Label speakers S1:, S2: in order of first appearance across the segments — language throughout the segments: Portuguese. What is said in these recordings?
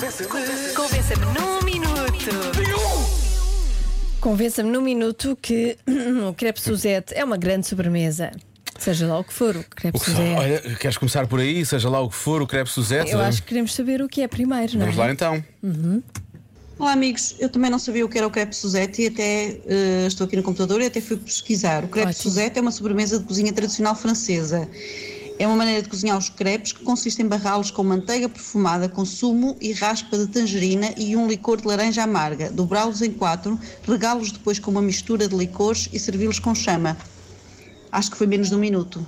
S1: Convença-me. Convença-me num minuto.
S2: Convença-me num minuto que o crepe Suzette é uma grande sobremesa. Seja lá o que for, o crepe
S3: O que-
S2: Suzette.
S3: Olha, queres começar por aí, seja lá o que for, o crepe Suzette?
S2: é- Eu acho que queremos saber o que é primeiro, não é?
S3: eh, Vamos lá então.
S4: Olá amigos, eu também não sabia o que era o crepe Suzette e até eh, estou aqui no computador e até fui pesquisar. O crepe
S2: Ótimo.
S4: Suzette é uma sobremesa de cozinha tradicional francesa. É uma maneira de cozinhar os crepes que consiste em barrá-los com manteiga perfumada, com sumo e raspa de tangerina e um licor de laranja amarga. Dobrá-los em quatro, regá-los depois com uma mistura de licores e servi-los com chama. Acho que foi menos de um minuto.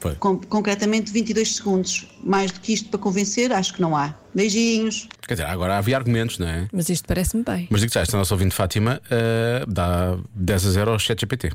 S3: Foi.
S4: Com- concretamente 22 segundos. Mais do que isto para convencer, acho que não há. Beijinhos!
S3: Quer dizer, agora havia argumentos, não é?
S1: Mas isto parece-me bem.
S3: Mas digo já, esta nossa ouvinte Fátima eh, dá 10 a 0 ao ChatGPT.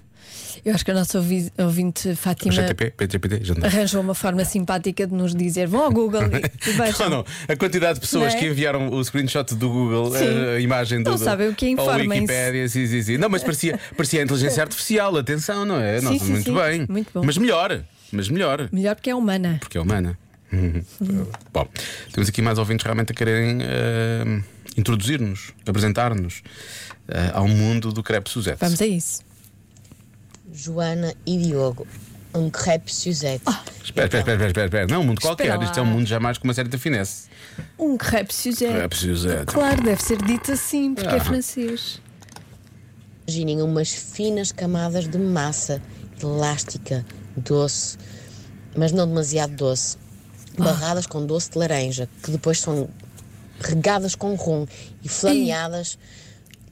S2: Eu acho que a nossa ouvi- ouvinte
S3: O
S2: Fátima
S3: GTP, PTPT, já não.
S2: arranjou uma forma simpática de nos dizer: vão ao Google e, e vejam.
S3: Não, não. A quantidade de pessoas
S2: Não é?
S3: que enviaram o screenshot do Google, eh,
S2: Sim.
S3: a imagem do.
S2: Não sabem o que é,
S3: ou
S2: informem-se.
S3: Wikipédia, sim, sim, sim. Não, mas parecia, parecia a inteligência artificial, atenção, não é?
S2: Sim,
S3: Nossa,
S2: sim,
S3: muito
S2: sim.
S3: bem.
S2: Muito bom.
S3: Mas melhor, mas melhor.
S2: Melhor porque é humana.
S3: porque é humana. Hum. Bom, temos aqui mais ouvintes realmente a quererem eh, introduzir-nos, apresentar-nos eh, ao mundo do crepe Suzette.
S2: Vamos a isso.
S5: Joana e Diogo. Um crepe Suzette.
S3: Ah, Espera, espera, espera, espera, espera. Não, um mundo qualquer.
S2: Espera lá.
S3: Isto é um mundo jamais com uma certa finesse.
S2: Um crepe Suzette.
S3: Crepe Suzette.
S2: Claro, deve ser dito assim, porque é
S3: Ah.
S2: francês.
S5: Imaginem umas finas camadas de massa elástica, doce, mas não demasiado doce.
S3: Ah.
S5: Barradas com doce de laranja, que depois são regadas com rum e flameadas,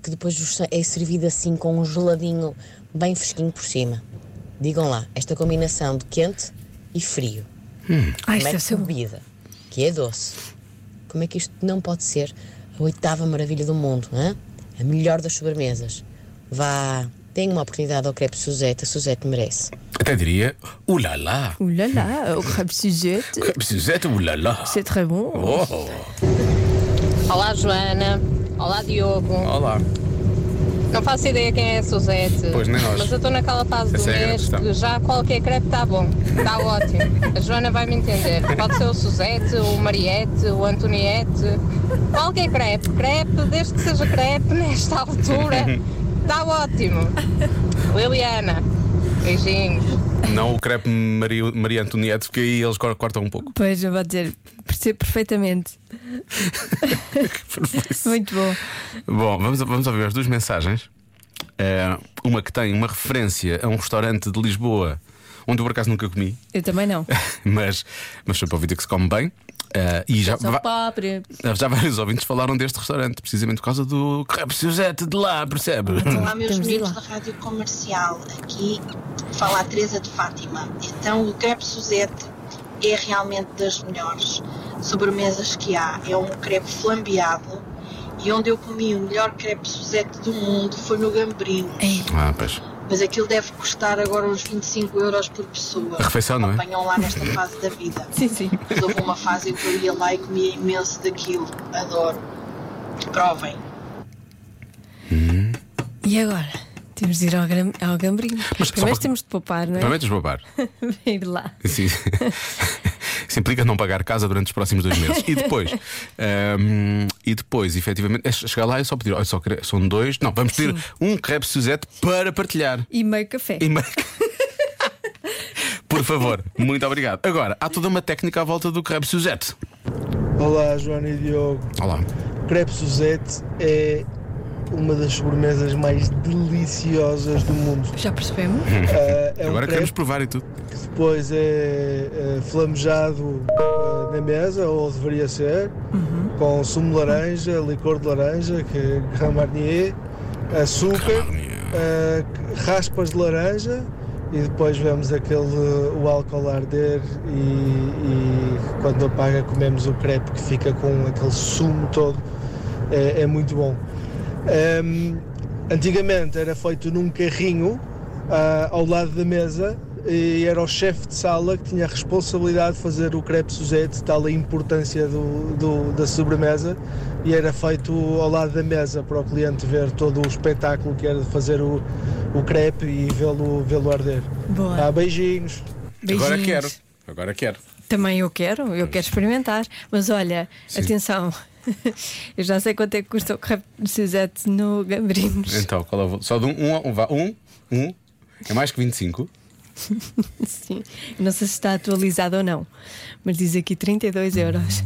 S5: que depois os- é servida assim com um geladinho bem fresquinho por cima. Digam lá, esta combinação de quente e frio.
S2: Ai,
S5: Como é
S2: isto
S5: que
S2: é seu.
S5: bebida, que é doce, como é que isto não pode ser a oitava maravilha do mundo, hã? a melhor das sobremesas? Vá, tenha uma oportunidade ao crepe Suzette, a Suzette merece.
S3: Até diria, ulala,
S2: Oh là là, o crepe Suzette,
S3: crepe Suzette, ulala.
S2: c'est très bon.
S3: Oh,
S6: Olá Joana, olá Diogo.
S3: olá.
S6: Não faço ideia quem é a Suzete.
S3: Pois, nem nós.
S6: Mas eu estou naquela fase
S3: Essa
S6: do
S3: é a grande
S6: mês
S3: questão.
S6: que já qualquer crepe está bom, está ótimo. A Joana vai me entender. Pode ser o Suzete, o Mariette, o Antoniette, qualquer crepe. Crepe, desde que seja crepe, nesta altura, está ótimo. Liliana, beijinhos.
S3: Não o crepe Maria, Maria Antoniette, porque aí eles cor- cortam um pouco.
S2: Pois, eu vou dizer, percebo perfeitamente. Muito bom.
S3: Bom, vamos, vamos ouvir as duas mensagens. Eh, uma que tem uma referência a um restaurante de Lisboa, onde eu por acaso nunca comi,
S2: Eu também não.
S3: É. mas, mas foi para ouvir que se come bem. Eh, e já,
S2: Sou
S3: va-
S2: pobre.
S3: já vários ouvintes falaram deste restaurante, precisamente por causa do crepe Suzette de lá, percebe?
S7: Olá, meus
S2: Temos de ir
S7: amigos
S2: lá.
S7: da Rádio Comercial. Aqui fala a Teresa de Fátima. Então, o crepe Suzette é realmente das melhores sobremesas que há. É um crepe flambeado e onde eu comi o melhor crepe Suzette do mundo foi no Gambrino.
S2: É.
S3: Ah, pois.
S7: Mas aquilo deve custar agora uns 25 euros por pessoa.
S3: A refeição, não é?
S7: Apanham lá nesta fase da vida.
S2: Sim, sim.
S7: Mas houve uma fase em que eu ia lá e comia imenso daquilo. Adoro. Provem.
S2: E agora? Temos de ir ao, gram- ao gambrino.
S3: Mas
S2: Mas
S3: só
S2: primeiro
S3: para-
S2: temos de poupar, não é?
S3: Prometes roubar.
S2: Para ir lá.
S3: Sim. Isso implica não pagar casa durante os próximos dois meses. E depois, ehm, e depois, efetivamente, é chegar lá e só pedir, olha, só quero- são dois, não, vamos pedir um crepe Suzette para partilhar.
S2: E meio café.
S3: E ma- Por favor, muito obrigado. Agora, há toda uma técnica à volta do crepe Suzette.
S8: Olá, Joana e Diogo.
S3: Olá.
S8: Crepe Suzette é uma das sobremesas mais deliciosas do mundo.
S2: Já percebemos?
S8: Ah, é um
S3: Agora queremos
S8: crepe
S3: provar e tudo.
S8: que depois é ah, flamejado ah, na mesa, ou deveria ser, com sumo de laranja, licor de laranja, que é Grand Marnier, açúcar, ah, raspas de laranja e depois vemos aquele o álcool arder e, e quando apaga comemos o crepe que fica com aquele sumo todo é, é muito bom Ahm, antigamente era feito num carrinho ah, ao lado da mesa e era o chefe de sala que tinha a responsabilidade de fazer o crepe Suzette, tal a importância do, do- da sobremesa, e era feito ao lado da mesa para o cliente ver todo o espetáculo que era de fazer o, o crepe e vê-lo vê arder.
S2: Boa.
S8: Ah, beijinhos!
S3: Agora
S2: Beijinhos.
S3: quero. Agora quero.
S2: Também eu quero, eu quero experimentar. Mas olha, atenção, Eu já sei quanto é que custa o crepe de Suzette no Gambrinos.
S3: Então, qual é o valor? Só de um, um, um, vá, um, um. É mais que 25.
S2: Sim. Eu Não sei se está atualizado ou não, mas diz aqui 32 euros.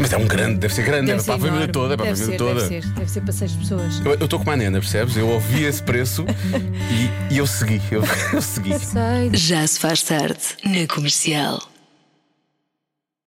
S3: Mas é um grande, deve ser grande, é para a família
S2: enorme.
S3: toda, é para a
S2: deve
S3: família
S2: ser,
S3: toda.
S2: Deve ser, deve ser para seis pessoas.
S3: Eu- Eu estou com a Nena, percebes? Eu ouvi esse preço e, e eu segui, eu, eu segui.
S1: Já se faz tarde na comercial.